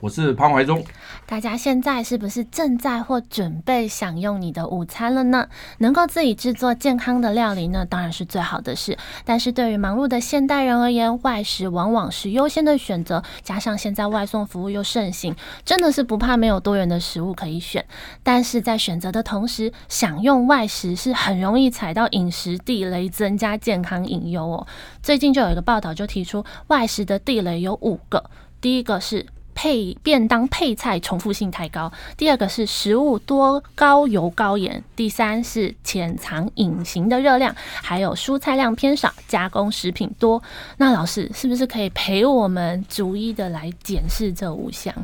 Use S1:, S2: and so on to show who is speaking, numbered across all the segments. S1: 我是潘怀忠。
S2: 大家现在是不是正在或准备享用你的午餐了呢？能够自己制作健康的料理呢，当然是最好的事。但是对于忙碌的现代人而言，外食往往是优先的选择。加上现在外送服务又盛行，真的是不怕没有多元的食物可以选。但是在选择的同时，享用外食是很容易踩到饮食地雷，增加健康隐忧哦。最近就有一个报道就提出，外食的地雷有五个，第一个是。配便当配菜重复性太高，第二个是食物多高油高盐，第三是潜藏隐形的热量，还有蔬菜量偏少，加工食品多。那老师是不是可以陪我们逐一的来检视这五项？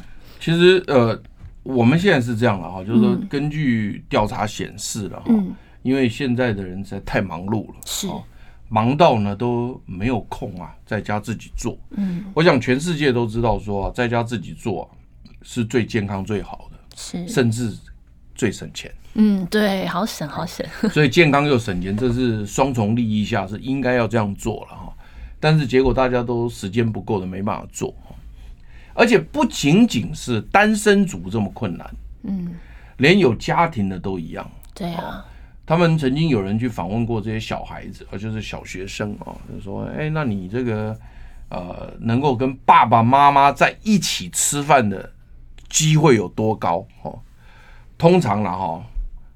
S1: 其实呃，我们现在是这样了哈，就是说根据调查显示了哈，
S2: 哦
S1: 嗯、因为现在的人实在太忙碌了，
S2: 是。
S1: 忙到呢都没有空啊，在家自己做。嗯，我想全世界都知道说、啊，在家自己做、啊、是最健康、最好的，
S2: 是
S1: 甚至最省钱。
S2: 嗯，对，好省，好省。
S1: 所以健康又省钱，这是双重利益下是应该要这样做了哈。但是结果大家都时间不够的，没办法做。而且不仅仅是单身族这么困难，嗯，连有家庭的都一样。
S2: 对啊。
S1: 他们曾经有人去访问过这些小孩子，呃，就是小学生啊、哦，就说：“哎，那你这个，呃，能够跟爸爸妈妈在一起吃饭的机会有多高？”哦，通常啦，哈、哦，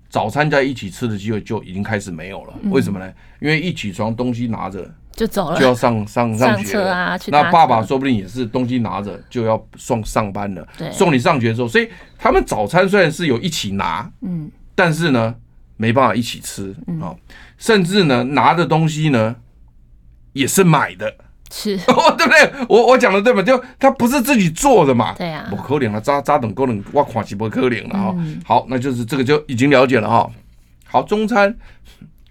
S1: 早餐在一起吃的机会就已经开始没有了。嗯、为什么呢？因为一起床东西拿着
S2: 就走了，
S1: 就要上上
S2: 哎上
S1: 学
S2: 啊。
S1: 那爸爸说不定也是东西拿着就要送上班了，送你上学的时候，所以他们早餐虽然是有一起拿，嗯，但是呢。没办法一起吃
S2: 嗯
S1: 啊、哦，甚至呢拿的东西呢也是买的， 哦
S2: 是
S1: 对不对？我我讲的对吧？就他不是自己做的嘛，
S2: 对呀、啊，
S1: 不可能了，扎扎等够能挖垮几波可怜了哈、哦。嗯、好，那就是这个就已经了解了哈、哦。好，中餐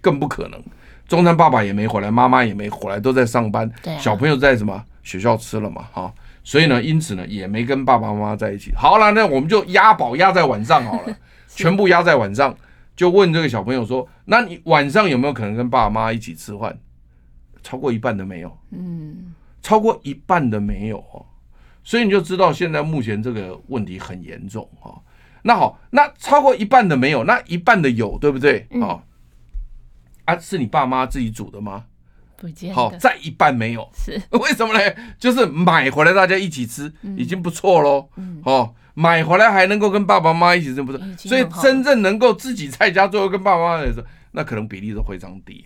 S1: 更不可能，中餐爸爸也没回来，妈妈也没回来，都在上班，
S2: 对啊、
S1: 小朋友在什么学校吃了嘛哈。所以呢，因此呢也没跟爸爸妈妈在一起。好了，那我们就押宝押在晚上好了，全部押在晚上。就问这个小朋友说：“那你晚上有没有可能跟爸妈一起吃饭？”超过一半的没有，嗯，超过一半的没有哦，所以你就知道现在目前这个问题很严重啊、哦。那好，那超过一半的没有，那一半的有，对不对？嗯、哦，啊，是你爸妈自己煮的吗？
S2: 不见
S1: 好，再一半没有，
S2: 是
S1: 为什么呢？就是买回来大家一起吃，嗯、已经不错喽，嗯、哦。买回来还能够跟爸爸妈妈一起，真不错。所以真正能够自己在家做跟爸爸妈妈的时候，那可能比例是非常低。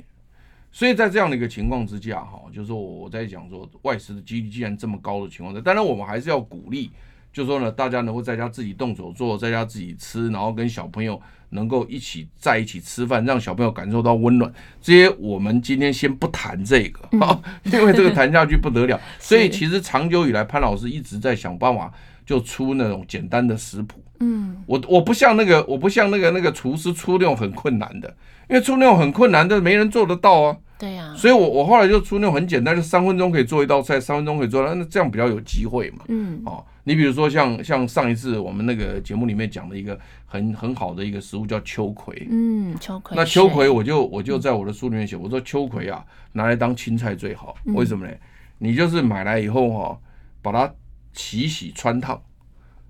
S1: 所以在这样的一个情况之下，哈，就是说我在讲说外食的几率既然这么高的情况下，当然我们还是要鼓励，就说呢，大家能够在家自己动手做，在家自己吃，然后跟小朋友能够一起在一起吃饭，让小朋友感受到温暖。这些我们今天先不谈这个，嗯、因为这个谈下去不得了。所以其实长久以来，潘老师一直在想办法。就出那种简单的食谱，嗯，我我不像那个，我不像那个那个厨师出那种很困难的，因为出那种很困难的没人做得到啊，
S2: 对呀、啊，
S1: 所以我我后来就出那种很简单，就三分钟可以做一道菜，三分钟可以做，那这样比较有机会嘛，嗯，哦，你比如说像像上一次我们那个节目里面讲的一个很很好的一个食物叫秋葵，
S2: 嗯，秋葵，
S1: 那秋葵我就我就在我的书里面写，我说秋葵啊拿来当青菜最好，为什么呢？你就是买来以后哈、哦，把它。洗洗穿烫，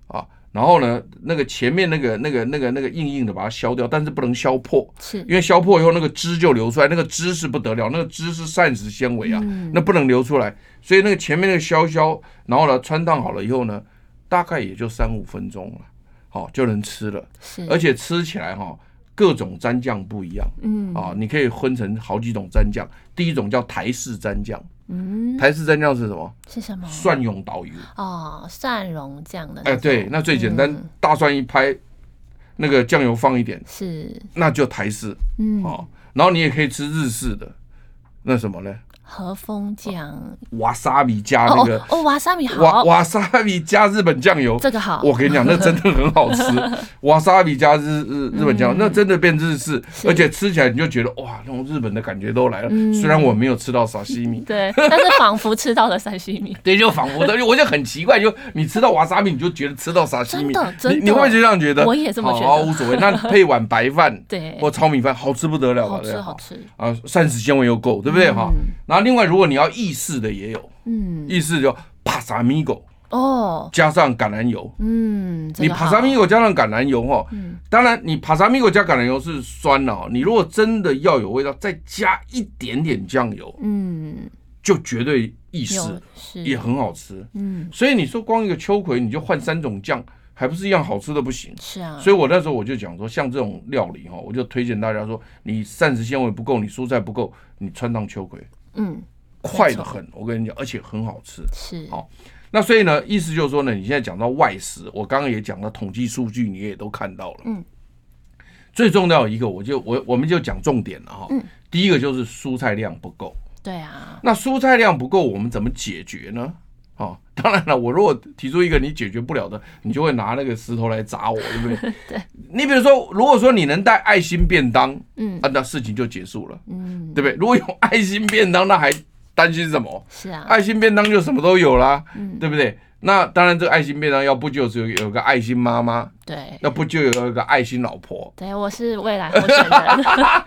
S1: 啊，然后呢，那个前面那个那个那个那个硬硬的把它削掉，但是不能削破，
S2: 是
S1: 因为削破以后那个汁就流出来，那个汁是不得了，那个汁是膳食纤维啊，嗯、那不能流出来，所以那个前面那个削削，然后呢穿烫好了以后呢，大概也就三五分钟了，好、哦、就能吃了，而且吃起来哈、哦。各种蘸酱不一样，嗯啊，你可以分成好几种蘸酱。第一种叫台式蘸酱，嗯，哦台式蘸酱是什么？
S2: 是什么？
S1: 蒜蓉导游
S2: 哦，蒜蓉酱的。
S1: 哎，对，那最简单，嗯、大蒜一拍，那个酱油放一点，
S2: 是，
S1: 那就台式，嗯，哦，然后你也可以吃日式的，那什么呢？
S2: 和风酱，
S1: 瓦萨米加那
S2: 哦
S1: 个
S2: 哦哦，瓦萨米
S1: 瓦
S2: 好，
S1: 瓦萨米加日本酱油，
S2: 这个好，
S1: 我跟你讲，那真的很好 吃。瓦萨比加日日日本酱，那真的变日式，
S2: 嗯是嗯
S1: 而且吃起来你就觉得哇，那种日本的感觉都来了。虽然我没有吃到沙西米，。
S2: 对，但是仿佛吃到了三西米
S1: 对，就仿佛的，我就很奇怪，就你吃到瓦萨米，你就觉得吃到沙西米
S2: 真的，真
S1: 你
S2: 的
S1: 你会不会就这样觉得？
S2: 我也这么觉得
S1: 好，好无所谓。那配碗白饭
S2: 对
S1: 或糙米饭，好吃不得了，
S2: 好
S1: 对
S2: 吃好吃，
S1: 啊，膳食纤维又够，对不对哈？然后另外，如果你要意式的也有，
S2: 嗯，
S1: 意式就帕萨米狗
S2: 哦，
S1: 加上橄榄油，
S2: 嗯，这
S1: 你
S2: 个好嗯
S1: 帕萨米狗加上橄榄油哈，当然你帕萨米狗加橄榄油是酸哦，你如果真的要有味道，再加一点点酱油，
S2: 嗯，
S1: 就绝对意式
S2: 有
S1: 了，
S2: 是
S1: 也很好吃。
S2: 嗯，
S1: 所以你说光一个秋葵你就换三种酱，还不是一样好吃的不行？
S2: 是啊，
S1: 所以我那时候我就讲说，像这种料理哈，我就推荐大家说，你膳食纤维不够，你蔬菜不够，你穿上秋葵，
S2: 嗯
S1: 快得很，我跟你讲，而且很好吃。
S2: 是
S1: 好那所以呢，意思就是说呢，你现在讲到外食，我刚刚也讲到统计数据，你也都看到了。
S2: 嗯，
S1: 最重要的一个，我就我我们就讲重点了哈。嗯，第一个就是蔬菜量不够。
S2: 对啊，
S1: 那蔬菜量不够，我们怎么解决呢？哦，当然了，我如果提出一个你解决不了的，你就会拿那个石头来砸我，对不对？
S2: 对。
S1: 你比如说，如果说你能带爱心便当，
S2: 嗯
S1: 啊，那事情就结束了，
S2: 嗯
S1: 对不对？如果有爱心便当，那还担心什么？
S2: 是啊，
S1: 爱心便当就什么都有啦，
S2: 嗯
S1: 对不对？那当然，这个爱心便当要不就是有有个爱心妈妈，
S2: 对
S1: 要不就有一个爱心老婆，
S2: 对，我是未来候选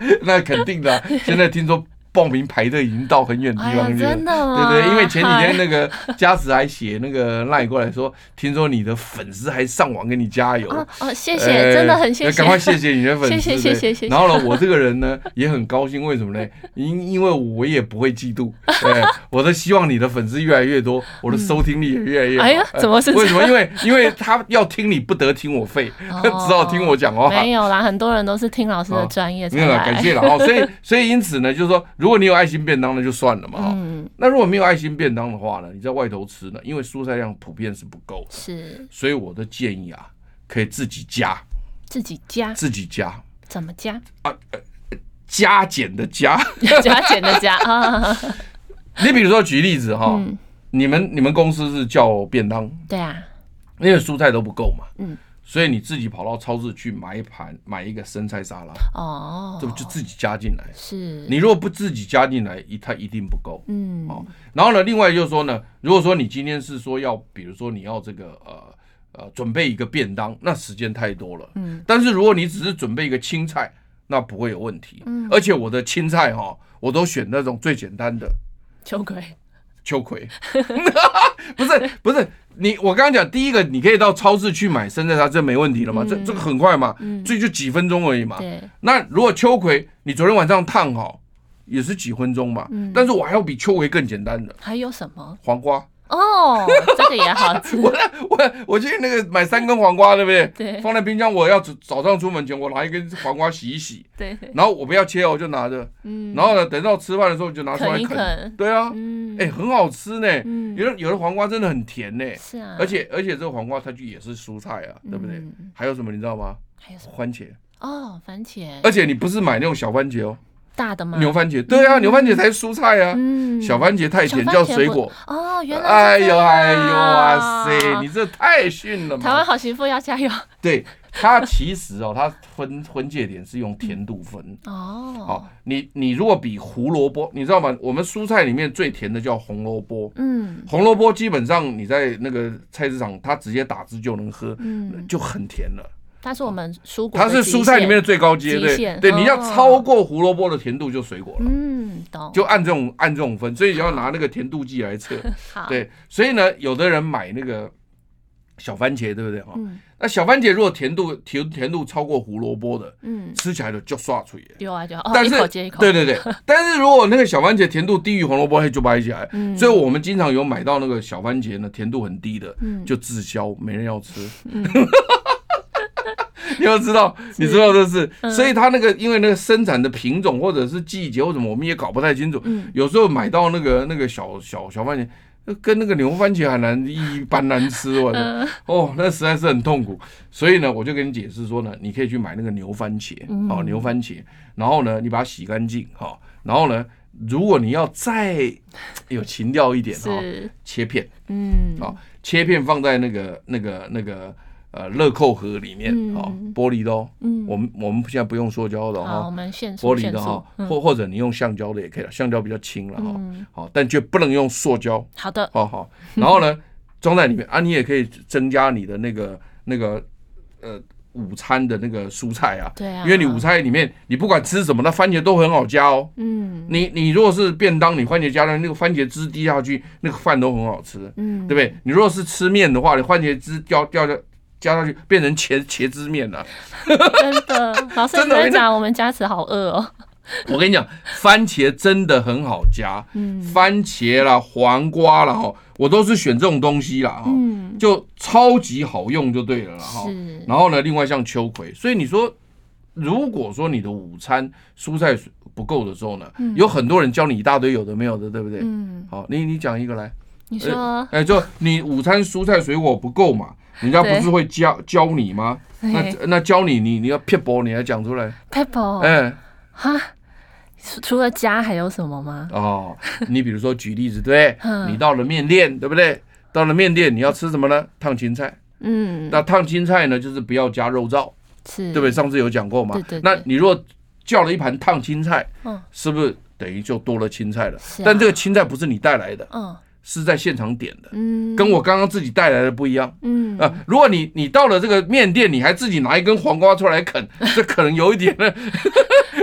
S2: 人，
S1: 那肯 定的啊。现在听说报名排队已经到很远的地
S2: 哎呀
S1: 方，去了，
S2: 真的
S1: 对
S2: 吗？
S1: 不对？因为前几天
S2: 嗨
S1: 那个嘉慈还写那个赖过来说，听说你的粉丝还上网给你加油。
S2: 哦哦，谢
S1: 呃
S2: 谢，真的很谢谢，
S1: 赶快谢谢你 的粉丝，
S2: 谢谢
S1: 对
S2: 谢谢谢谢
S1: 然后呢，我这个人呢也很高兴，为什么呢？因因为我也不会 嫉妒，对，我都希望你的粉丝越来越多，我的收听率也越来越好。
S2: 哎呀
S1: 呃
S2: 怎么是这
S1: 为什么？因为因为他要听你不得听我 肺，
S2: 哦
S1: 只好听我讲话。
S2: 没有啦，很多人都是听老师的专业才
S1: 没有了，
S2: 来。
S1: 感谢 了哈。所以，所以因此呢，就是说，如果你有爱心便当，那就算了嘛哈。
S2: 嗯
S1: 那如果没有爱心便当的话呢，你在外头吃呢，因为蔬菜量普遍是不够的，
S2: 是
S1: 所以我的建议啊，可以自己加，
S2: 自己加，
S1: 自己加，
S2: 怎么加？
S1: 加减的加。
S2: 加减的加 啊，
S1: 你比如说举例子哈，
S2: 嗯
S1: 你们你们公司是叫便当，
S2: 对啊，
S1: 因为蔬菜都不够嘛，
S2: 嗯，
S1: 所以你自己跑到超市去买一盘买一个生菜沙拉，
S2: 哦，
S1: 这不就自己加进来？
S2: 是
S1: 你如果不自己加进来，一它一定不够。
S2: 嗯
S1: 哦然后呢，另外就是说呢，如果说你今天是说要，比如说你要这个呃呃准备一个便当，那时间太多了。
S2: 嗯，
S1: 但是如果你只是准备一个青菜，那不会有问题。嗯，而且我的青菜哈、我都选那种最简单的
S2: 秋葵
S1: 秋葵， 不是不是。你我刚刚讲第一个，你可以到超市去买生菜沙，这没问题了嘛？这这个很快嘛，最就几分钟而已嘛。
S2: 嗯对
S1: 那如果秋葵，你昨天晚上烫好，也是几分钟嘛。
S2: 嗯
S1: 但是我还有比秋葵更简单的
S2: 还有什么
S1: 黄瓜。
S2: 哦，这个也好吃，
S1: 我我我去那个买三根黄瓜，对不对？
S2: 对
S1: 放在冰箱。我要早早上出门前，我拿一根黄瓜洗一洗，
S2: 对对
S1: 然后我不要切，我哦就拿着。
S2: 嗯
S1: 然后呢，等到吃饭的时候，我就拿出来
S2: 啃一啃
S1: 对啊，
S2: 嗯
S1: 哎、很好吃呢。
S2: 嗯
S1: 有的有的黄瓜真的很甜呢，
S2: 是啊，
S1: 而且而且这个黄瓜它就也是蔬菜啊，对不对？
S2: 嗯
S1: 还有什么你知道吗？
S2: 还有什么
S1: 番茄，
S2: 哦，番茄
S1: 而且你不是买那种小番茄哦，
S2: 大的吗？
S1: 牛番茄。对啊，牛番茄才是蔬菜啊，
S2: 嗯
S1: 小番茄太
S2: 小
S1: 甜
S2: 番
S1: 叫
S2: 茄
S1: 水
S2: 不
S1: 果。
S2: 哦，原来
S1: 哎
S2: 是这
S1: 呦哎呦
S2: 样
S1: 哇塞，你这太逊了嘛！
S2: 台湾好媳妇要加油
S1: 对它其实哦，它分分界点是用甜度分。
S2: 哦，
S1: 好，你你如果比胡萝卜，你知道吗？我们蔬菜里面最甜的叫红萝卜。
S2: 嗯
S1: 红萝卜基本上你在那个菜市场，它直接打汁就能喝，
S2: 嗯，
S1: 就很甜了。
S2: 它是我们蔬果，
S1: 它是蔬菜里面的，最高阶，
S2: 极
S1: 对
S2: 限
S1: 对，你要
S2: 哦
S1: 超过胡萝卜的甜度就水果了，
S2: 嗯，懂，
S1: 就按这种按这种分，所以要拿那个甜度计来测。
S2: 好，
S1: 对，所以呢，有的人买那个小番茄，对不对哈？
S2: 嗯
S1: 那小番茄如果甜度甜甜度超过胡萝卜的，
S2: 嗯，
S1: 吃起来就就刷出耶。
S2: 丢啊丢啊，哦
S1: 但
S2: 一
S1: 是
S2: 口接一口，
S1: 对对对，但是如果那个小番茄甜度低于红萝卜，它就掰起来。
S2: 嗯
S1: 所以我们经常有买到那个小番茄呢，甜度很低的，
S2: 嗯
S1: 就滞销，没人要吃。 你要知道，你知道这是，
S2: 嗯
S1: 所以它那个因为那个生产的品种或者是季节或什么，我们也搞不太清楚。
S2: 嗯
S1: 有时候买到那个那个小小小番茄，呃跟那个牛番茄还难一般难吃，我
S2: 嗯
S1: 的哦，那实在是很痛苦。所以呢，我就跟你解释说呢，你
S2: 嗯
S1: 可以去买那个牛番茄，哦，牛番茄，然后呢，你把它洗干净，哈、然后呢，如果你要再有情调一点哈、
S2: 是，
S1: 切片
S2: 嗯，
S1: 啊、切片放在那个那个那个呃乐扣盒里面啊、
S2: 嗯
S1: 玻璃的哦，
S2: 嗯
S1: 我们我们现在不用塑胶的
S2: 好，我
S1: 哦，
S2: 们限
S1: 玻
S2: 速
S1: 璃
S2: 限
S1: 的
S2: 速
S1: 哈，，
S2: 嗯
S1: 或或者你用橡胶的也可以了，橡胶比较轻了哈，
S2: 嗯，
S1: 好，但却不能用塑胶，
S2: 好的，
S1: 好好，然后呢， 装在里面啊，你也可以增加你的那个那个呃午餐的那个蔬菜啊，
S2: 对啊，
S1: 因为你午，餐里面你不管吃什么，那番茄都很好加哦。
S2: 嗯
S1: 你你如果是便当，你番茄加了那个番茄汁滴下去，那个饭都很好吃，
S2: 嗯，
S1: 对不对？你如果是吃面的话，你番茄汁掉掉掉加上去，变成茄茄汁面啊 了。
S2: 真的，老师
S1: 真的
S2: 你在
S1: 真的
S2: 讲我们家慈好饿哦。
S1: 我跟你讲，番茄真的很好加，
S2: 嗯
S1: 番茄啦、黄瓜啦，哈，我都是选这种东西啦，哈，
S2: 嗯，
S1: 就超级好用就对了啦，哈。
S2: 是，
S1: 然后呢，另外像秋葵，所以你说，如果说你的午餐蔬菜不够的时候呢，有很多人教你一大堆有的没有的，对不对？
S2: 嗯，
S1: 好，你你讲一个来，
S2: 你说，
S1: 哎，就你午餐蔬菜水果不够嘛，人家不
S2: 对
S1: 是会教教你吗？那
S2: 哎
S1: 那教你，你你要撇波，你要讲出来，
S2: ，Pebble，
S1: 哎。
S2: 哈，除除了家还有什么吗？
S1: 哦，你比如说举例子，对不对，
S2: 嗯
S1: 你到了面店，对不对？到了面店，你要吃什么呢？烫青菜。
S2: 嗯，
S1: 那烫青菜呢，就是不要加肉燥，
S2: 是，
S1: 对不对？上次有讲过嘛。
S2: 嗯对对对
S1: 那你如果叫了一盘烫青菜，
S2: 嗯
S1: 是不是等于就多了青菜了？
S2: 是啊
S1: 但这个青菜不是你带来的，
S2: 嗯
S1: 是在现场点的，
S2: 嗯，
S1: 跟我刚刚自己带来的不一样。
S2: 嗯
S1: 啊、如果你你到了这个面店，你还自己拿一根黄瓜出来 啃，这可能有一点呢，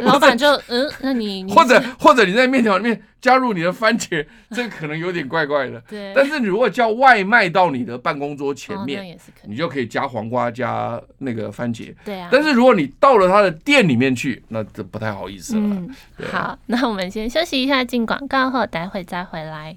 S2: 老板就嗯，那你你
S1: 或者或者你在面条里面加入你的番茄， 这可能有点怪怪的。
S2: 对，
S1: 但是你如果叫外卖到你的办公桌前
S2: 哦那
S1: 面，
S2: 也是可以，
S1: 你就可以加黄瓜加那个番茄。
S2: 对啊，
S1: 但是如果你到了他的店里面去，那这不太好意思了。
S2: 嗯，好，那我们先休息一下，进广告后，待会再回来。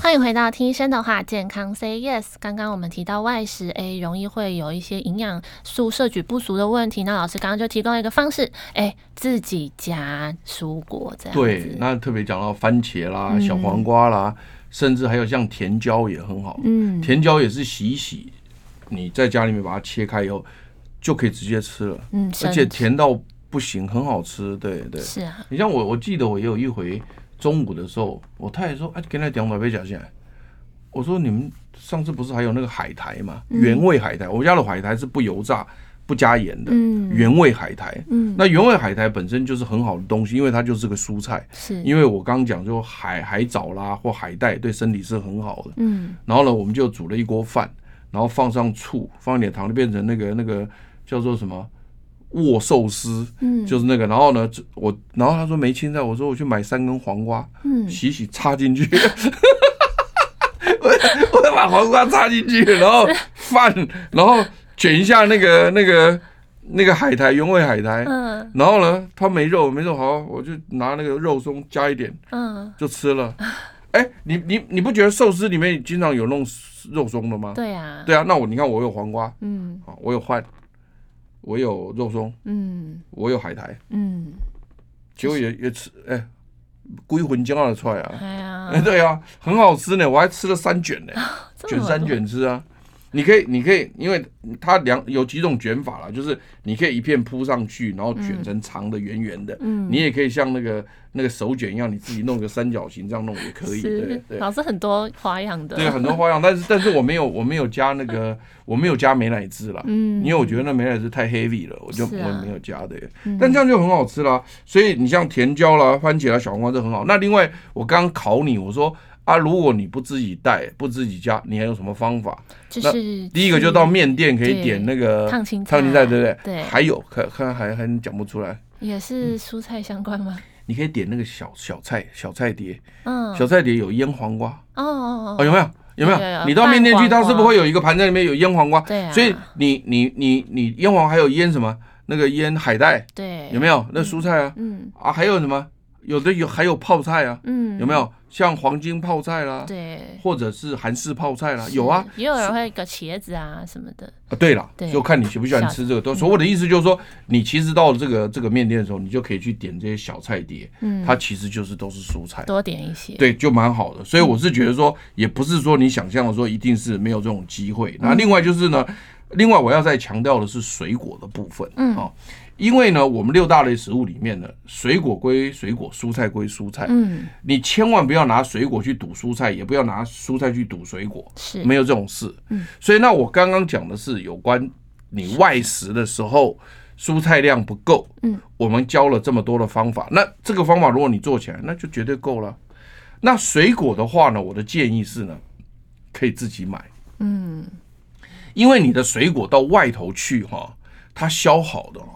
S2: 欢迎回到听医生的话，健康 Say Yes。刚刚我们提到外食，诶，容易会有一些营养素摄取不足的问题。那老师刚刚就提供了一个方式，诶，自己夹蔬果这样子。
S1: 对，那特别讲到番茄啦、
S2: 嗯
S1: 小黄瓜啦，甚至还有像甜椒也很好。
S2: 嗯，
S1: 甜椒也是洗一洗，你在家里面把它切开以后，就可以直接吃了，
S2: 嗯，
S1: 而
S2: 生
S1: 且甜到不行，很好吃。对对。
S2: 是啊，
S1: 你像我，我记得我有一回中午的时候，我太太说：“哎、啊，给那两百杯假下来。”我说：“你们上次不是还有那个海苔嘛，
S2: 嗯
S1: 原味海苔？我家的海苔是不油炸、不加盐的，
S2: 嗯
S1: 原味海苔。
S2: 嗯，
S1: 那原味海苔本身就是很好的东西，因为它就是个蔬菜。
S2: 是，
S1: 因为我刚刚讲说海海藻啦或海带对身体是很好的。
S2: 嗯
S1: 然后呢，我们就煮了一锅饭，然后放上醋，放一点糖，就变成那个那个叫做什么握寿司。
S2: 嗯，
S1: 就是那个，然后呢，这我，然后他说没青菜，我说我去买三根黄瓜，
S2: 嗯
S1: 洗洗插进去， 我我把黄瓜插进去，然后饭，然后卷一下那个那个那个海苔原味海苔，
S2: 嗯
S1: 然后呢，它没肉没肉好，我就拿那个肉松加一点
S2: 嗯，
S1: 就吃了。哎，你你你不觉得寿司里面经常有弄肉松的吗？
S2: 对啊，
S1: 对啊，那我你看我有黄瓜
S2: 嗯
S1: 啊，我有饭，我有肉松，
S2: 嗯
S1: 我有海苔。
S2: 嗯，
S1: 结果也也吃，哎、鬼混浆的出来 啊！
S2: 哎呀
S1: 哎，，对啊，很好吃呢，我还吃了三卷呢，
S2: 这
S1: 卷
S2: 么
S1: 三
S2: 多，
S1: 卷吃啊。你可以，你可以，因为它两有几种卷法啦，就是你可以一片铺上去，然后卷成长的、圆圆的。
S2: 嗯
S1: 你也可以像那个那个手卷一样，你自己弄个三角形这样弄也可以。对
S2: 是，
S1: 对
S2: 老师很多花样的，
S1: 对，很啊多花样。但是但是我没有我没有加那个我没有加美乃滋啦，
S2: 嗯，
S1: 因为我觉得那美乃滋太 heavy 了，我就是
S2: 啊
S1: 我没有加的。
S2: 嗯
S1: 但这样就很好吃啦。所以你像甜椒啦、番茄啦、小黄瓜都很好。那另外我刚刚考你，我说啊，如果你不自己带、不自己加，你还有什么方法？
S2: 就是
S1: 第一个就到面店可以点那个
S2: 烫青菜啊
S1: 烫青菜，对不对？
S2: 对
S1: 还有，看看还还讲不出来，
S2: 也是蔬菜相关吗？
S1: 你可以点那个小小菜小菜碟，
S2: 嗯，
S1: 小菜碟有腌黄瓜
S2: 哦哦
S1: 哦，有没有？有没
S2: 有有有
S1: 有？你到面店
S2: 拌
S1: 去，
S2: 黄
S1: 它
S2: 瓜
S1: 是不是会有一个盘在里面有腌黄瓜？
S2: 对啊
S1: 所以你你你你腌黄还有腌什么？那个腌海带
S2: 对，
S1: 有没有？那蔬菜啊，
S2: 嗯
S1: 啊，还有什么？有的有还有泡菜啊，
S2: 嗯
S1: 有没？有像黄金泡菜啦，
S2: 对，
S1: 或者是韩式泡菜啦，有啊。
S2: 是，也有人会有茄子啊什么的，
S1: 啊，对了，
S2: 对嗯
S1: 就看你喜不喜欢吃这个东西。所以我的意思就是说，你其实到了这个这个面店的时候，你就可以去点这些小菜碟，
S2: 嗯，
S1: 它其实就是都是蔬菜，
S2: 多点一些，，
S1: 对，就蛮好的。所以我是觉得说，也不是说你想象的说一定是没有这种机会。
S2: 嗯
S1: 那另外就是呢，另外我要再强调的是水果的部分，
S2: 嗯
S1: 哦，因为呢，我们六大类食物里面呢，水果归水果，蔬菜归蔬菜，
S2: 嗯，
S1: 你千万不要拿水果去赌蔬菜，也不要拿蔬菜去赌水果，
S2: 是，嗯
S1: 没有这种事。所以那我刚刚讲的是有关你外食的时候蔬菜量不够，
S2: 嗯，
S1: 我们教了这么多的方法，那这个方法如果你做起来，那就绝对够了。那水果的话呢，我的建议是呢，可以自己买，
S2: 嗯，
S1: 因为你的水果到外头去哈，它削好的哦，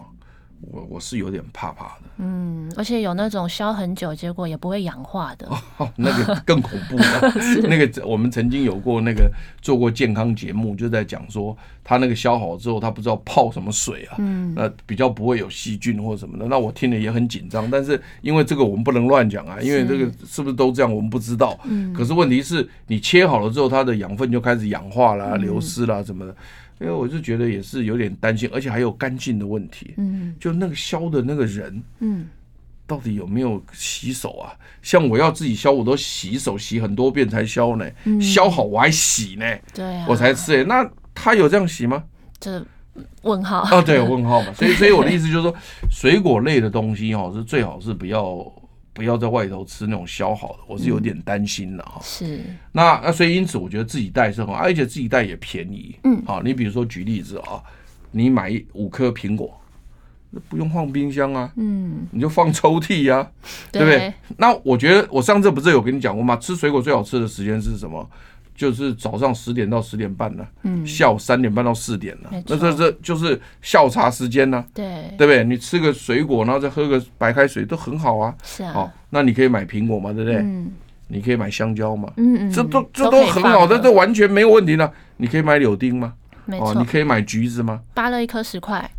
S1: 我我是有点怕怕的。
S2: 嗯，而且有那种削很久，结果也不会氧化的，
S1: 哦，那个 更恐怖了。那个我们曾经有过那个做过健康节目，就在讲说他那个削好之后，他不知道泡什么水啊，
S2: 嗯，
S1: 那比较不会有细菌或什么的。那我听了也很紧张，但是因为这个我们不能乱讲啊，因为这个是不是都这样我们不知道。
S2: 嗯
S1: 可是问题是你切好了之后，它的养分就开始氧化
S2: 嗯
S1: 啦、流失啦什么的。因为我就觉得也是有点担心，而且还有干净的问题。
S2: 嗯
S1: 就那个削的那个人，
S2: 嗯，
S1: 到底有没有洗手啊？像我要自己削，我都洗手洗很多遍才削呢，削好我还洗呢，
S2: 对嗯啊，
S1: 我才吃、欸。那他有这样 洗吗？
S2: 这问号，
S1: 啊，对，问号嘛。所以，所以我的意思就是说， 水果类的东西哦，是最好是不要不要在外头吃那种削好的，我是有点担心了哈。
S2: 是，
S1: 那那所以因此，我觉得自己带是很好，而且自己带也便宜。
S2: 嗯
S1: 好，你比如说举例子啊，你买一五颗苹果，那不用放冰箱啊，
S2: 嗯，
S1: 你就放抽屉啊呀、对不对？那我觉得我上次不是有跟你讲过吗？吃水果最好吃的时间是什么？就是早上十点到十点半呢、
S2: 嗯
S1: 下午三点半到四点呢、
S2: 没
S1: 那
S2: 错
S1: 这这就是下午茶时间呢、
S2: 对，
S1: 对不对？你吃个水果，然后再喝个白开水都很好啊。
S2: 是
S1: 哦
S2: 啊，，
S1: 那你可以买苹果嘛，对不对？
S2: 嗯
S1: 你可以买香蕉嘛，
S2: 嗯嗯，
S1: 这都
S2: 嗯
S1: 这
S2: 可
S1: 都
S2: 以
S1: 很
S2: 放
S1: 好的，
S2: 的
S1: 这完全没有问题呢。你可以买柳丁吗？
S2: 没
S1: 哦，你
S2: 错，
S1: 可以买橘子吗？
S2: 扒了一颗十块，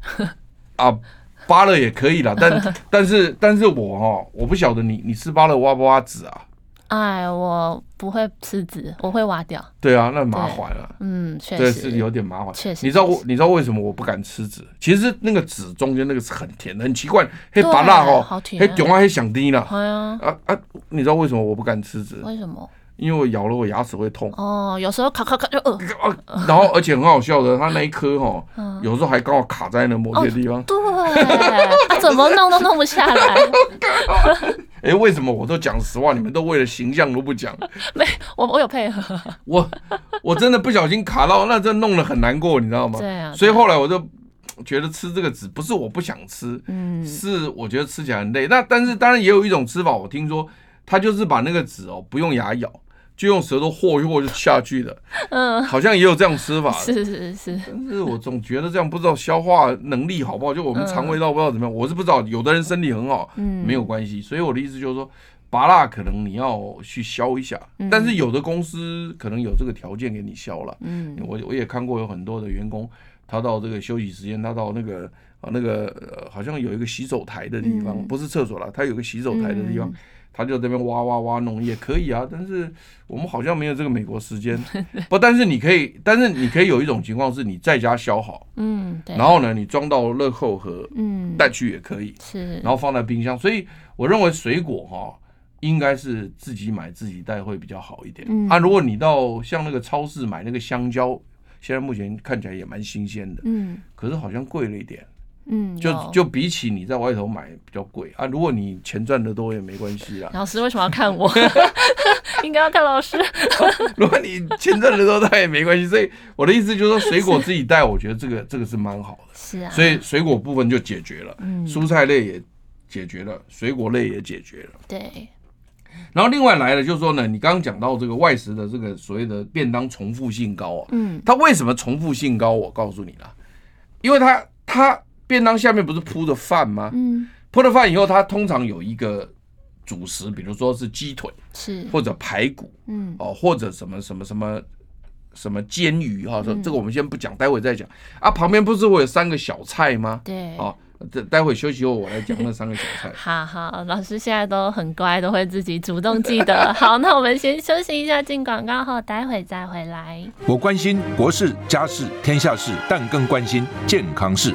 S1: 啊，芭乐也可以啦，但 但是但是我哦，我不晓得你你吃芭乐挖不挖籽啊？
S2: 哎，我不会吃籽，我会挖掉，
S1: 对啊，那麻烦了、
S2: 嗯，确
S1: 对，是
S2: 实，
S1: 有点麻烦。
S2: 确实
S1: 你知道
S2: 确
S1: 我
S2: 实，
S1: 你知道为什么我不敢吃籽？其实那个籽中间那个是很甜的，很奇怪，黑
S2: 对啊
S1: 拔辣哦，
S2: 好甜
S1: 黑囧啊，黑响低了。
S2: 哎呀，
S1: 啊啊！你知道为什么我不敢吃籽？
S2: 为什么？
S1: 因为我咬了我牙齿会痛。
S2: 哦，有时候咔咔咔就呃，
S1: 啊，然后而且很好笑的，它那一颗哈，
S2: 嗯
S1: 有时候还刚好卡在那某些地
S2: 哦
S1: 方。
S2: 对，啊怎么弄都弄不下来。
S1: 哎、为什么我都讲实话，你们都为了形象都不讲？
S2: 没，我我有配 合，
S1: 我我真的不小心卡到，那这弄得很难过，你知道吗？
S2: 对啊
S1: 所以后来我就觉得吃这个籽不是我不想吃，
S2: 嗯，
S1: 是我觉得吃起来很累。那但是当然也有一种吃法，我听说他就是把那个籽哦不用牙咬，就用舌头和一和就下去的，
S2: 嗯，
S1: 好像也有这样吃法的。
S2: 是是是，
S1: 但是我总觉得这样不知道消化能力好不好，就我们肠胃道不知道怎么样，我是不知道。有的人身体很好，
S2: 嗯
S1: 没有关系。所以我的意思就是说，拔蜡可能你要去消一下，但是有的公司可能有这个条件给你消了。
S2: 嗯，
S1: 我我也看过有很多的员工，他到这个休息时间，他到那个啊那个呃好像有一个洗手台的地
S2: 嗯
S1: 方，不是厕所了，他有个洗手台的地方，他就在那边挖挖挖弄也可以啊。但是我们好像没有这个美国时间， 不，但是你可以，但是你可以有一种情况是你在家削好，
S2: 嗯，对，
S1: 然后呢你装到乐扣盒
S2: 嗯，
S1: 带去也可以，
S2: 是，
S1: 然后放在冰箱。所以我认为水果哈。应该是自己买自己带会比较好一点、
S2: 嗯
S1: 啊。如果你到像那个超市买那个香蕉，现在目前看起来也蛮新鲜的，
S2: 嗯
S1: 可是好像贵了一点，
S2: 嗯，
S1: 就
S2: 有
S1: 就比起你在外头买比较贵啊。如果你钱赚的多也没关系啦，啊
S2: 老师为什么要看我？ 应该要看老师。
S1: 如果你钱赚的多那也没关系。所以我的意思就是说，水果自己带，我觉得这个 这个是蛮好 的。
S2: 是啊，嗯
S1: 所以水果部分就解决了，蔬菜类也解决了，水果类也解决了。
S2: 对，
S1: 然后另外来了就是说呢，你刚刚讲到这个外食的这个所谓的便当重复性高啊，
S2: 嗯，
S1: 它为什么重复性高？我告诉你啦，因为它它便当下面不是铺的饭吗？
S2: 嗯，
S1: 铺了饭以后，它通常有一个主食，比如说是鸡腿
S2: 是，
S1: 或者排骨
S2: 嗯
S1: 哦，或者什么什么什么什么
S2: 嗯
S1: 煎鱼哈、这这个我们先不讲，待会再讲啊。旁边不是会有三个小菜吗？
S2: 对，。
S1: 哦，待待会休息后我来讲那三个小菜
S2: 好好，老师现在都很乖，都会自己主动记得。 好，那我们先休息一下，进广告后，待会再回来。
S3: 我关心国事、家事、天下事，但更关心健康事。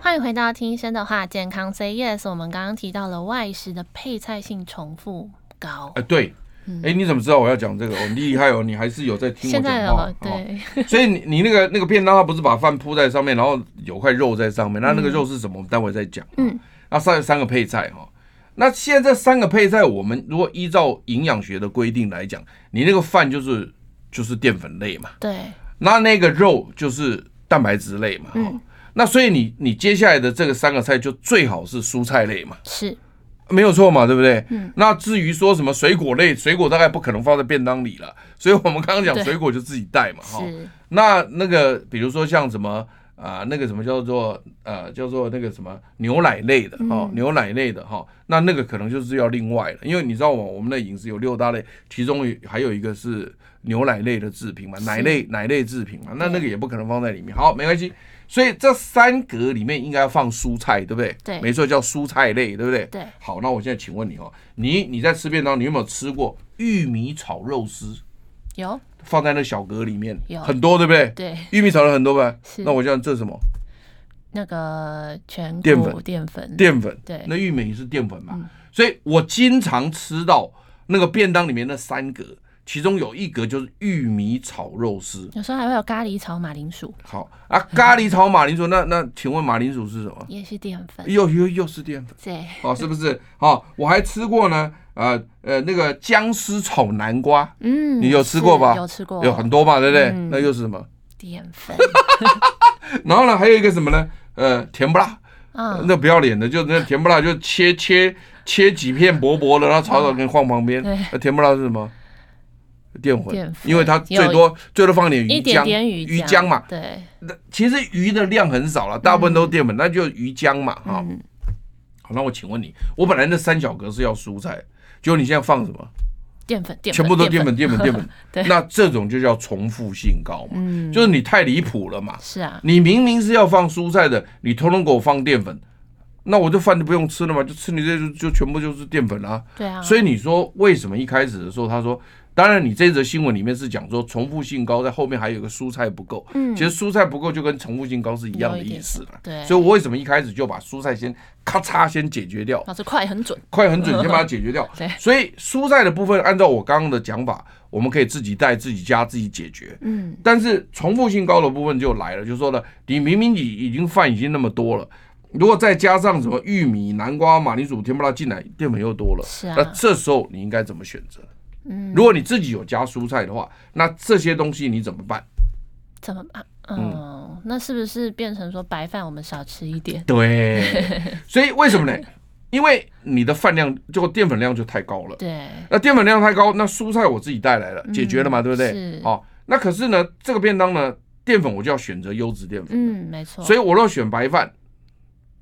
S2: 欢迎回到听医生的话，健康 Say Yes。我们刚刚提到了外食的配菜性重复高，
S1: 哎，对，哎，你怎么知道我要讲这个？哦，厉害哦，你还是有在
S2: 嗯
S1: 听我
S2: 现
S1: 讲
S2: 在
S1: 话
S2: 有。
S1: 哦
S2: 对，
S1: 所以你你那个那个便当，它不是把饭铺在上面，然后有块肉在上面，那那个肉是什么？我们待会再讲。哦
S2: 嗯，
S1: 那三三个配菜哈，那现在这三个配菜，我们如果依照营养学的规定来讲，你那个饭就是就是淀粉类嘛，
S2: 对，
S1: 那那个肉就是蛋白质类嘛。哦那所以你你接下来的这个三个菜就最好是蔬菜类嘛，
S2: 是，
S1: 没有错嘛，对不对？那至于说什么水果类，水果大概不可能放在便当里了，所以我们刚刚讲
S2: 对
S1: 水果就自己带嘛，哈。
S2: 是，
S1: 那那个比如说像什么啊、那个什么叫做呃叫做那个什么牛奶类
S2: 嗯
S1: 的哦，牛奶类的哈、那那个可能就是要另外了，因为你知道我我们的饮食有六大类，其中有还有一个是牛奶类的制品嘛，奶类奶类制品嘛，那那个也不可能放在里面。好，没关系。所以这三格里面应该要放蔬菜，对不对？
S2: 对
S1: 没错，叫蔬菜类，对不对？
S2: 对
S1: 好，那我现在请问你哦，你你在吃便当，你有没有吃过玉米炒肉丝？
S2: 有，
S1: 放在那小格里面
S2: 有，
S1: 很多，对不对？
S2: 对，
S1: 玉米炒了很多吧
S2: 是？
S1: 那我想这是什么？
S2: 那个全
S1: 淀
S2: 谷
S1: 粉
S2: 淀粉，
S1: 淀粉。
S2: 对嗯
S1: 那玉米是淀粉嘛？所以我经常吃到那个便当里面那三格，其中有一格就是玉米炒肉丝。
S2: 有时候还会有咖喱炒马铃薯，
S1: 好啊，咖喱炒马铃薯，那那请问马铃薯是什么？
S2: 也是淀粉，
S1: 又又又是淀粉
S2: 对，
S1: 哦，是 不是？哦，我还吃过呢，呃呃，那个姜丝炒南瓜，
S2: 嗯，
S1: 你有吃过
S2: 是
S1: 吧
S2: 有吃过，
S1: 有很多嘛，对不对？
S2: 哦嗯
S1: 那又是什么？
S2: 淀 粉，
S1: 然后呢，还有一个什么呢？呃，甜不辣。
S2: 嗯，
S1: 那不要脸的，就那甜不辣就切切切几片薄薄的，然后炒炒跟放旁边
S2: 嗯对。
S1: 那甜不辣是什么？淀
S2: 淀
S1: 粉，
S2: 粉
S1: 因为它最多最多放点
S2: 一
S1: 鱼
S2: 点
S1: 浆，
S2: 点
S1: 鱼
S2: 浆
S1: 浆嘛。
S2: 对，
S1: 那其实鱼的量很少了，大部分都是淀粉，那就鱼浆嘛哈。
S2: 嗯，
S1: 好，那我请问你，我本来那三小格是要蔬菜，结果你现在放什么？
S2: 淀粉，淀粉，
S1: 全部都淀粉，淀粉，淀粉
S2: 。对
S1: 那这种就叫重复性高嘛，
S2: 嗯，
S1: 就是你太离谱了嘛。
S2: 是啊，
S1: 你明明是要放蔬菜的，你通通给我放淀粉，那我这饭就不用吃了嘛，就吃你这就就全部就是淀粉啦、
S2: 对啊，
S1: 所以你说为什么一开始的时候他说，当然你这则新闻里面是讲说重复性高，在后面还有一个蔬菜不够，
S2: 嗯
S1: 其实蔬菜不够就跟重复性高是一样的意思了。
S2: 有一点对
S1: 所以我为什么一开始就把蔬菜先咔嚓先解决掉？
S2: 老师快很准，
S1: 快很准，先把它解决掉
S2: 对。
S1: 所以蔬菜的部分，按照我刚刚的讲法，我们可以自己带、自己加、自己解决。
S2: 嗯，
S1: 但是重复性高的部分就来了，就说了，你明明已已经饭已经那么多了，如果再加上什么玉米、南瓜、马铃薯、甜不辣进来，淀粉又多了，
S2: 是啊
S1: 那这时候你应该怎么选择？
S2: 嗯，
S1: 如果你自己有加蔬菜的话，那这些东西你怎么办？
S2: 怎么办？嗯，那是不是变成说白饭我们少吃一点？
S1: 对，所以为什么呢？因为你的饭量，就淀粉量就太高了。
S2: 对，
S1: 那淀粉量太高，那蔬菜我自己带来了，解决了嘛，对不对
S2: 嗯是？
S1: 哦，那可是呢，这个便当呢，淀粉我就要选择优质淀粉，
S2: 嗯，没错，
S1: 所
S2: 以
S1: 以我若选白饭，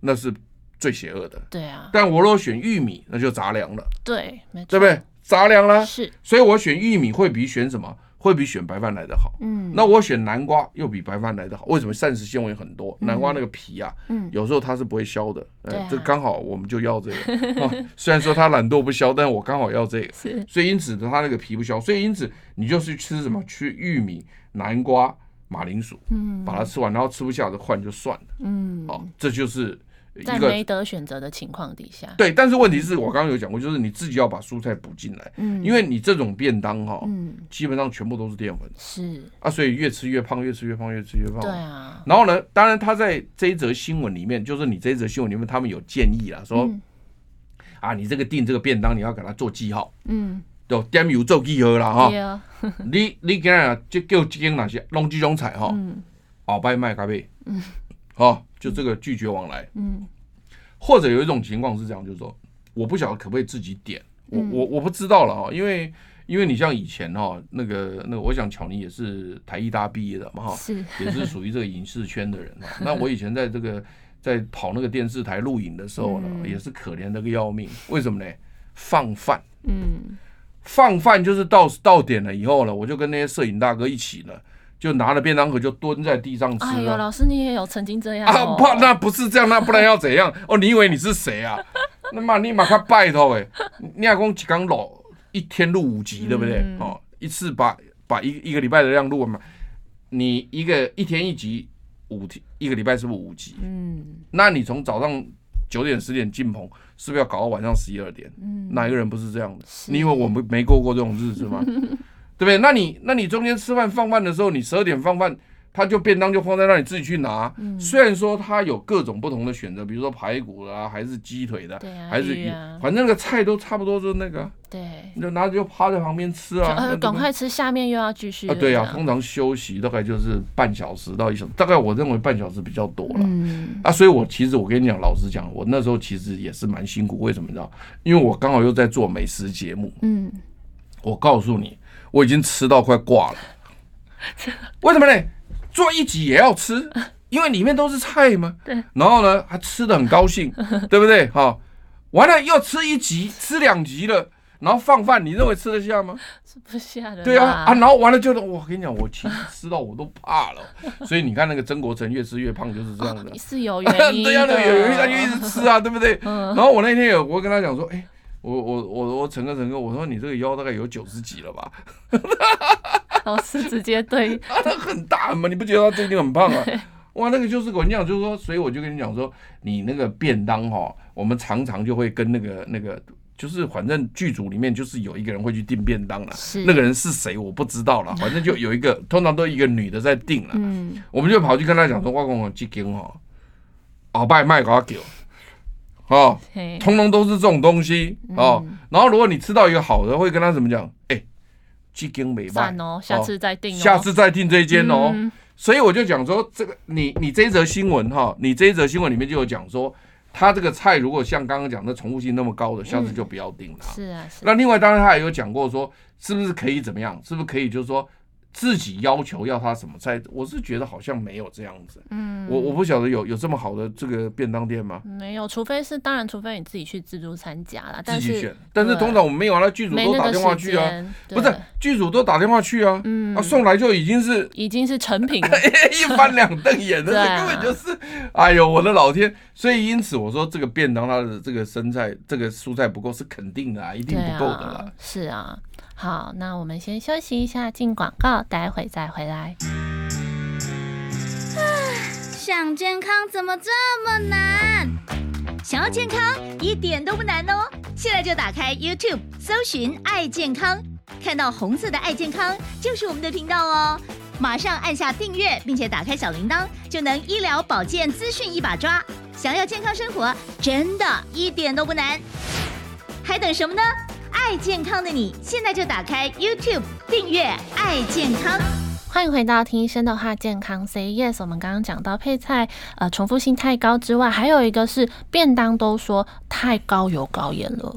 S1: 那是最邪恶的；
S2: 对啊，
S1: 但我若选玉米，那就杂粮了，
S2: 对，没错，
S1: 对不对？杂粮啦，
S2: 是，
S1: 所以我选玉米会比选什么？会比选白饭来得好。
S2: 嗯，
S1: 那我选南瓜又比白饭来得好，为什么？膳食纤维很多，南瓜那个皮啊，
S2: 嗯
S1: 有时候它是不会削的，
S2: 对
S1: 呃
S2: 啊，
S1: 这刚好我们就要 这个。哦虽然说它懒惰不削，但我刚好要这个，
S2: 是
S1: 所以因此它那个皮不削，所以因此你就去吃什么？吃玉米、南瓜、马铃薯，
S2: 嗯
S1: 把它吃完，然后吃不下的换就算了。
S2: 嗯，
S1: 哦，这就是一
S2: 在
S1: 个
S2: 没得选择的情况底下，
S1: 对，但是问题是我刚刚有讲过，就是你自己要把蔬菜补进来，
S2: 嗯，
S1: 因为你这种便当哈，
S2: 嗯
S1: 基本上全部都是淀粉
S2: 是，
S1: 啊，所以越吃越胖，越吃越胖，越吃越胖。哦
S2: 对啊，
S1: 然后呢，当然他在这一则新闻里面，就是你这一则新闻里面，他们有建议啦，说、
S2: 嗯
S1: 啊，你这个订这个便当，你要给它做记号，
S2: 嗯，
S1: 就点油做记号啦哈
S2: 对。啊，
S1: 你你今日就叫这间哪些弄这种菜哈，
S2: 嗯
S1: 鳌拜卖咖啡，嗯，好，就这个拒绝往来。
S2: 嗯
S1: 或者有一种情况是这样，就是说我不晓得可不可以自己点，我
S2: 嗯
S1: 我我不知道了哈、因为因为你像以前哈、那个那个，我想巧妮也是台艺大毕业的嘛哈、
S2: 是
S1: 也哦是属于这个影视圈的人嘛。那我以前在这个在跑那个电视台录影的时候呢，也是可怜的个要命。为什么呢？放饭，
S2: 嗯
S1: 放饭就是到到点了以后呢，我就跟那些摄影大哥一起呢，就拿了便当盒就蹲在地上吃啊
S2: 哎呦，
S1: 了。
S2: 老师你也有曾经这样
S1: 啊，
S2: 哦
S1: 不，那不是这样，那不然要怎样？哦，你以为你是谁啊？那么你马上拜托哎，你阿公几刚老一天录五集，对不对？哦，一次把把一一个礼拜的量录完嘛。你一个一天一集，五天一个礼拜是不是五集？
S2: 嗯
S1: 那你从早上九点十点进棚，是不是要搞到晚上十一二点？
S2: 嗯，
S1: 哪一个人不是这样的？你以为我们没过过这种日子 吗？对不对？那你那你中间吃饭放饭的时候，你十二点放饭，他就便当就放在那里自己去拿。
S2: 嗯
S1: 虽然说他有各种不同的选择，比如说排骨啦、还是鸡腿的，
S2: 对啊
S1: 还是
S2: 鱼啊
S1: 反正那个菜都差不多，就是那个啊，
S2: 对，
S1: 你就拿着就趴在旁边吃啊。那
S2: 呃，
S1: 这
S2: 赶
S1: 个
S2: 快吃，下面又要继续
S1: 啊，对啊，
S2: 了
S1: 通常休息大概就是半小时到一小时，大概我认为半小时比较多了。
S2: 嗯
S1: 啊，所以我其实我跟你讲，老实讲，我那时候其实也是蛮辛苦。为什么你知道？因为我刚好又在做美食节目，
S2: 嗯，
S1: 我告诉你，我已经吃到快挂 了。为什么呢？做一集也要吃，因为里面都是菜嘛。对。然后呢，还吃的很高 兴，对不对？好、完了又吃一集，吃两集了，然后放饭，你认为吃得下吗？
S2: 吃不下的
S1: 对啊
S2: 啦
S1: 啊，，然后完了就我跟你讲，我其实吃到我都怕了。所以你看那个曾国成越吃越胖就是这样的。
S2: 是有原因
S1: 对呀、
S2: 的，
S1: 那个有有一他就一直吃啊，对不对？然后我那天有我跟他讲说，哎、我我我我陈哥陈哥，我说你这个腰大概有九十几了吧，
S2: 老师直接对，
S1: 很大嘛，你不觉得他最近很 胖啊？哇，那个就是我跟你讲，就是说，所以我就跟你讲说，你那个便当哈、我们常常就会跟那个那个，就是反正剧组里面就是有一个人会去订便当了，
S2: 是
S1: 那个人是谁我不知道了，反正就有一个， 通常都一个女的在订了，
S2: 嗯，
S1: 我们就跑去跟他讲说，我讲我这间哦，鳌拜卖给我叫，哦，
S2: 嘿，
S1: 通通都是这种东西
S2: 嗯
S1: 哦。然后如果你吃到一个好的，会跟他怎么讲？哎，鸡羹没卖
S2: 算哦，下次再定哦，
S1: 下次再订这一间哦。
S2: 嗯
S1: 所以我就讲说，这个你你这一则新闻哈，你这一则新闻里面就有讲说，他这个菜如果像刚刚讲的重复性那么高的，下次就不要订了
S2: 嗯
S1: 啊。
S2: 是啊，是啊
S1: 那另外当然他也有讲过说，是不是可以怎么样？是不是可以就是说自己要求要他什么菜？我是觉得好像没有这样子。
S2: 嗯，
S1: 我我不晓得有有这么好的这个便当店吗？
S2: 没有，除非是当然，除非你自己去自助餐夹啦，
S1: 自
S2: 但
S1: 己
S2: 是
S1: 选，但是
S2: 对
S1: 通常我们没有啊，那剧组
S2: 没
S1: 都
S2: 那
S1: 打
S2: 个
S1: 电话
S2: 时
S1: 去啊，
S2: 间，
S1: 不是
S2: 对
S1: 剧组都打电话去啊，
S2: 嗯
S1: 啊送来就已经是
S2: 已经是成品了，
S1: 一翻两瞪眼的，
S2: 对啊
S1: 这根本就是，哎呦我的老天！所以因此我说这个便当它的这个生菜这个蔬菜不够是肯定的啊，一定
S2: 对
S1: 不够的啦
S2: 啊。，是啊。好，那我们先休息一下，进广告，待会再回来。
S4: 想健康怎么这么难？
S5: 想要健康一点都不难哦！现在就打开 YouTube 搜寻“爱健康”，看到红色的“爱健康”就是我们的频道哦。马上按下订阅，并且打开小铃铛，就能医疗保健资讯一把抓。想要健康生活，真的一点都不难，还等什么呢？爱健康的你，现在就打开 YouTube 订阅“爱健康”。
S2: 欢迎回到听医生的话，健康 Say Yes。我们刚刚讲到配菜，呃，重复性太高之外，还有一个是便当都说太高油高盐了。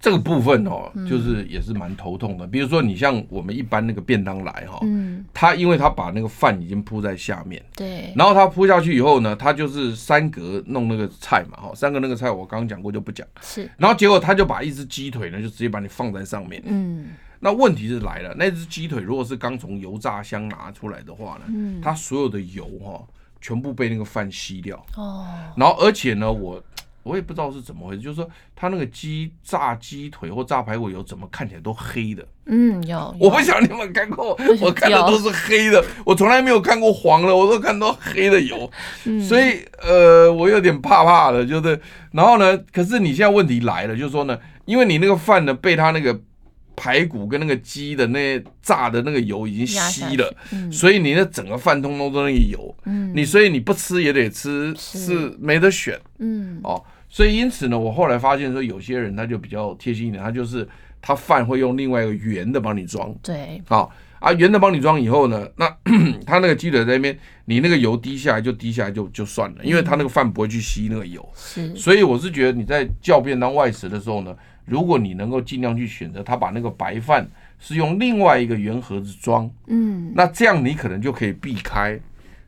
S1: 这个部分哦，
S2: 嗯
S1: 就是也是蛮头痛的。比如说你像我们一般那个便当来哈，
S2: 嗯，
S1: 它因为它把那个饭已经铺在下面。
S2: 对，
S1: 然后它铺下去以后呢，它就是三格弄那个菜嘛，哈，三格那个菜我刚刚讲过就不讲。
S2: 是，
S1: 然后结果他就把一只鸡腿呢，就直接把你放在上面。
S2: 嗯，
S1: 那问题是来了，那只鸡腿如果是刚从油炸箱拿出来的话呢，它所有的油哈、全部被那个饭吸掉。
S2: 哦，
S1: 然后而且呢，我我也不知道是怎么回事，就是说它那个鸡炸鸡腿或炸排骨油怎么看起来都黑的。
S2: 嗯，有，
S1: 我
S2: 有
S1: 不想你们看过
S2: 为什，么
S1: 我看的都是黑的，我从来没有看过黄的，我都看到黑的油，
S2: 嗯
S1: 所以呃，我有点怕怕的，就是，然后呢，可是你现在问题来了，就是说呢，因为你那个饭呢被它那个排骨跟那个鸡的那炸的那个油已经
S2: 压下
S1: 吸
S2: 去
S1: 了，
S2: 嗯
S1: 所以你那整个饭通通都那个油，
S2: 嗯
S1: 你所以你不吃也得吃，
S2: 是
S1: 是没得选。
S2: 嗯，
S1: 哦，所以因此呢，我后来发现说，有些人他就比较贴心一点，他就是他饭会用另外一个圆的帮你装，
S2: 对，
S1: 好啊，圆的帮你装以后呢，那 他那个鸡腿在那边，你那个油滴下来就滴下来就就算了，因为他那个饭不会去吸那个油，
S2: 是，
S1: 所以我是觉得你在叫便当外食的时候呢，如果你能够尽量去选择，他把那个白饭是用另外一个圆盒子装，
S2: 嗯，
S1: 那这样你可能就可以避开，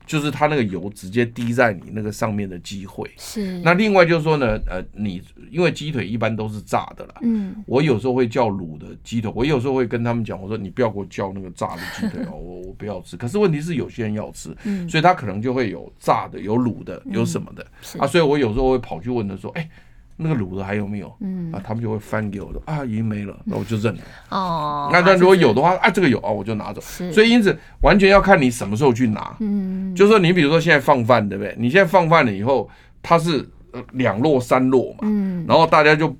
S1: 就是它那个油直接滴在你那个上面的机会。
S2: 是，
S1: 那另外就是说呢，呃，你因为鸡腿一般都是炸的啦，
S2: 嗯，
S1: 我有时候会叫卤的鸡腿，我有时候会跟他们讲，我说你不要给我叫那个炸的鸡腿哦，我我不要吃。可是问题是有些人要吃，
S2: 嗯
S1: 所以他可能就会有炸的、有卤的、有什么的、
S2: 是
S1: 啊，所以我有时候会跑去问他说，哎，那个卤的还有没有？
S2: 嗯
S1: 啊，他们就会翻给我说啊，已经没了，那我就认了。
S2: 哦，
S1: 那那如果有
S2: 的，
S1: 的话，啊，这个有啊，我就拿走。
S2: 是
S1: 所以因此完全要看你什么时候去拿。
S2: 嗯，
S1: 就是说你比如说现在放饭，对不对？你现在放饭了以后，它是呃两落三落嘛，
S2: 嗯，
S1: 然后大家就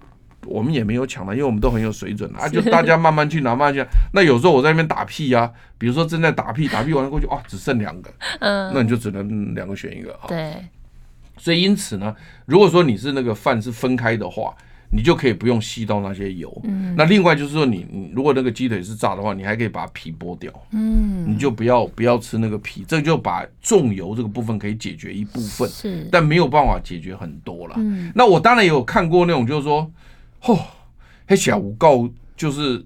S1: 我们也没有抢了，因为我们都很有水准 啊，就大家慢慢去拿，慢慢去拿。那有时候我在那边打屁啊，比如说正在打屁，打屁完了过去，哇，只剩两个，
S2: 嗯，
S1: 那你就只能两个选一个啊。
S2: 对，
S1: 所以因此呢，如果说你是那个饭是分开的话，你就可以不用吸到那些油。嗯，那另外就是说你，你如果那个鸡腿是炸的话，你还可以把皮剥掉。
S2: 嗯，
S1: 你就不要不要吃那个皮，这就把重油这个部分可以解决一部分，
S2: 是，
S1: 但没有办法解决很多啦。
S2: 嗯
S1: 那我当然也有看过那种，就是说，哦，黑小五告就是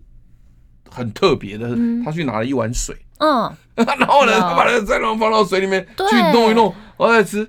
S1: 很特别的，他去拿了一碗水，
S2: 嗯，
S1: 然后呢，
S2: 有
S1: 他把那个蟑螂放到水里面
S2: 对
S1: 去弄一弄，然后再吃。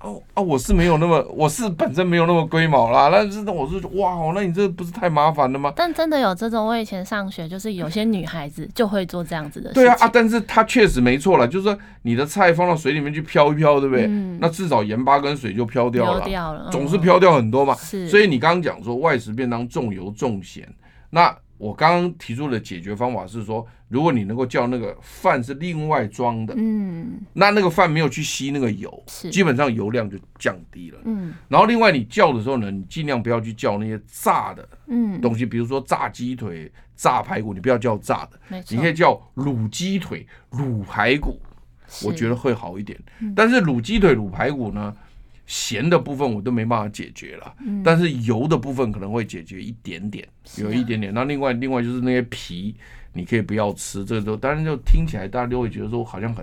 S1: 哦啊，我是没有那么，我是本身没有那么龟毛啦，但是我是哇哦，那你这不是太麻烦了吗？
S2: 但真的有这种，我以前上学就是有些女孩子就会做这样子的事情，
S1: 对啊啊，但是它确实没错了，就是说你的菜放到水里面去飘一飘，对不对？
S2: 嗯
S1: 那至少盐巴跟水就飘掉
S2: 丢
S1: 了，
S2: 掉了，嗯
S1: 总是，飘掉很多嘛。
S2: 是
S1: 所以你刚刚讲说外食便当重油重咸，那我刚刚提出的解决方法是说，如果你能够叫那个饭是另外装的，
S2: 嗯
S1: 那那个饭没有去吸那个油，
S2: 是
S1: 基本上油量就降低了。
S2: 嗯
S1: 然后另外你叫的时候呢，你尽量不要去叫那些炸的
S2: 嗯，
S1: 东西，比如说炸鸡腿、炸排骨，你不要叫炸的。
S2: 没错，
S1: 你可以叫卤鸡腿、卤排骨，
S2: 是，嗯
S1: 我觉得会好一点。但是卤鸡腿、卤排骨呢，咸的部分我都没办法解决了，
S2: 嗯
S1: 但是油的部分可能会解决一点点，
S2: 啊
S1: 有一点点。那另外另外就是那些皮。你可以不要吃，这个都当然就听起来大家都会觉得说好像很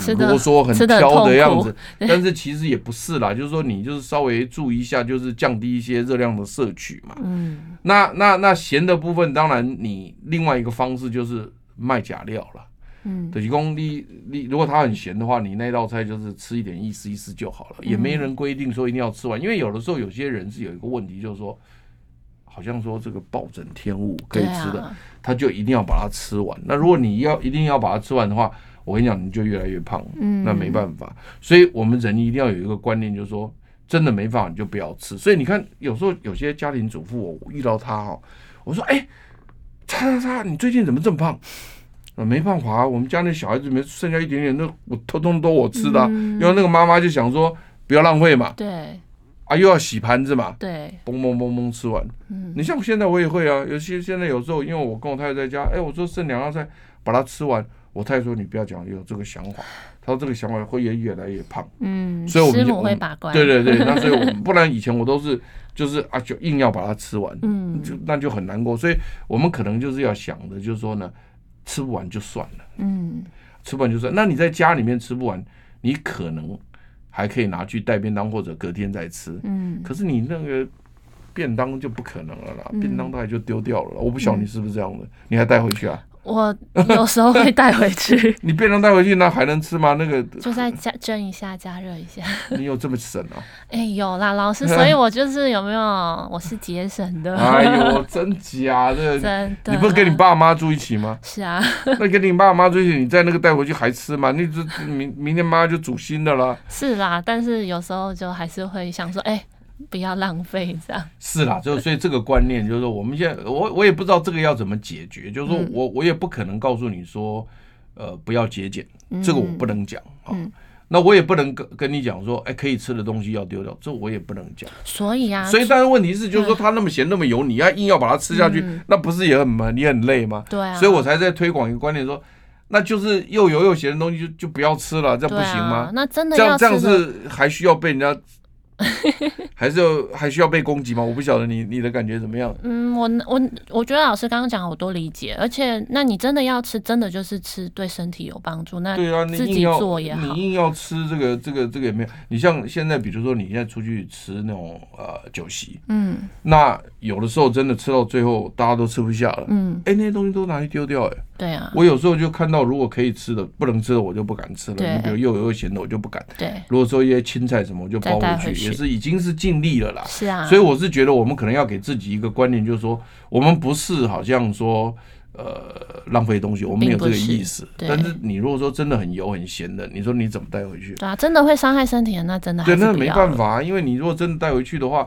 S2: 吃
S1: 很
S2: 得
S1: 啰嗦、很
S2: 吃得很
S1: 挑
S2: 痛
S1: 的样
S2: 苦
S1: 子，但是其实也不是啦，就是说你就是稍微注意一下，就是降低一些热量的摄取嘛。
S2: 嗯
S1: 那那那咸的部分，当然你另外一个方式就是卖假料了。
S2: 嗯，
S1: 就是讲你你如果它很咸的话，你那道菜就是吃一点意思意思就好了，也没
S2: 嗯
S1: 人规定说一定要吃完，因为有的时候有些人是有一个问题，就是说好像说这个暴殄天物可以
S2: 对
S1: 吃的
S2: 啊，
S1: 他就一定要把它吃完。那如果你要一定要把它吃完的话，我跟你讲，你就越来越胖，
S2: 嗯
S1: 那没办法。所以我们人一定要有一个观念，就是说真的没办法你就不要吃。所以你看，有时候有些家庭主妇，我遇到她哦，我说哎，她她她，你最近怎么这么胖？啊，没办法啊，我们家那小孩子里面剩下一点点，那我通通都我吃的啊、
S2: 嗯
S1: 因为那个妈妈就想说不要浪费嘛，
S2: 对
S1: 啊又要洗盘子嘛，
S2: 对，
S1: 嘣嘣嘣嘣吃完。
S2: 嗯
S1: 你像现在我也会啊，有些现在有时候因为我跟我太太在家，哎，我说剩两样菜，把它吃完。我太太说你不要讲有这个想法，她说这个想法会越越来越胖，
S2: 嗯，
S1: 所以我们
S2: 师
S1: 就
S2: 母会把关，
S1: 对，对对，那所以我们不然以前我都是就是啊就硬要把它吃完，
S2: 嗯
S1: 就那就很难过。所以我们可能就是要想的就是说呢，吃不完就算了，
S2: 嗯
S1: 吃不完就算。那你在家里面吃不完，你可能还可以拿去带便当或者隔天再吃，
S2: 嗯，
S1: 可是你那个便当就不可能了啦，
S2: 嗯
S1: 便当大概就丢掉了啦。我不晓得你是不是这样的，你还带回去啊？
S2: 我有时候会带回去
S1: ，你便当带回去那还能吃吗？那个
S2: 就在加蒸一下，加热一下。
S1: 你有这么省啊？
S2: 哎，有啦，老 师，所以我就是有没有，我是节省的，
S1: 哎呦，真假的？
S2: 真的。？
S1: 你不是跟你？爸妈住一起吗
S2: 是啊，
S1: 那跟你爸妈住一起，你再那个带回去还吃吗？那就明明天妈就煮新的啦。
S2: 是啦，但是有时候就还是会想说，哎，不要浪费这样。
S1: 是啦，就所以这个观念就是说，我们现在我我也不知道这个要怎么解决，就
S2: 嗯
S1: 是说我我也不可能告诉你说，呃，不要节俭，
S2: 嗯
S1: 这个我不能讲啊。那我也不能跟跟你讲说，哎，可以吃的东西要丢掉，这我也不能讲。
S2: 所以啊，
S1: 所以，但是问题是，就是说它那么咸那么油，你要硬要把它吃下去，那不是也很麻也很累吗？
S2: 嗯对啊
S1: 所以我才在推广一个观念说，那就是又油又咸的东西就就不要吃了，这样
S2: 对
S1: 不行
S2: 啊
S1: 吗？
S2: 那真的
S1: 这样
S2: 要
S1: 这样
S2: 吃的
S1: 是还需要被人家 还是有还需要被攻击吗？我不晓得你你的感觉怎么样。
S2: 嗯，我我我觉得老师刚刚讲我都理解，而且那你真的要吃，真的就是吃对身体有帮助，那
S1: 对啊，你
S2: 自
S1: 硬
S2: 己
S1: 要
S2: 做也好
S1: 你。硬要吃这个这个这个也没有。你像现在，比如说你现在出去吃那种呃酒席，
S2: 嗯
S1: 那有的时候真的吃到最后大家都吃不下了，
S2: 嗯，
S1: 哎、那些东西都拿去丢掉、哎，
S2: 对啊，
S1: 我有时候就看到，如果可以吃的，不能吃的我就不敢吃了。
S2: 对哎
S1: 你比如又油又咸的，我就不敢。
S2: 对，
S1: 如果说一些青菜什么，我就包
S2: 再带
S1: 去，
S2: 回去
S1: 也是已经是尽力了啦。
S2: 是啊，
S1: 所以我是觉得，我们可能要给自己一个观念，就是说，我们不是好像说，呃，浪费东西，我们没有这个意思。
S2: 并不是对
S1: 但是你如果说真的很油很咸的，你说你怎么带回去？
S2: 对啊，真的会伤害身体的，那真的还
S1: 对，
S2: 是
S1: 那
S2: 不
S1: 没
S2: 啊要
S1: 办
S2: 了。
S1: 法，因为你如果真的带回去的话，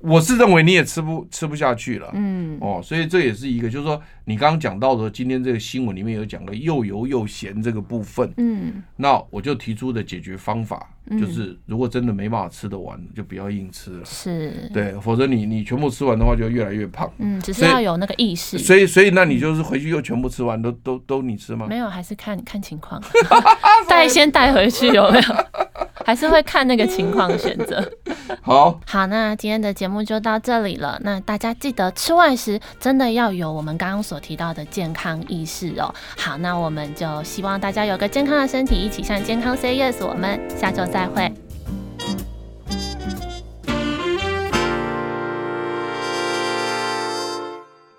S1: 我是认为你也吃不吃不下去了。
S2: 嗯，
S1: 哦，所以这也是一个，就是说你刚刚讲到的，今天这个新闻里面有讲个又油又咸这个部分，
S2: 嗯，
S1: 那我就提出的解决方法就是，如果真的没办法吃得完，就不要硬吃了，
S2: 是，
S1: 对，否则你你全部吃完的话，就越来越胖。
S2: 嗯，只是
S1: 所以
S2: 要有那个意识，
S1: 所以所以那你就是回去又全部吃完，都都都你吃吗
S2: 没？有还是看看情况， 带先带回去有 没有？还是会看那个情况选择。
S1: 好，
S2: 好，那今天的节目就到这里了。那大家记得吃外食真的要有我们刚刚所提到的健康意识哦。好，那我们就希望大家有个健康的身体，一起向健康 say yes。我们下周再会，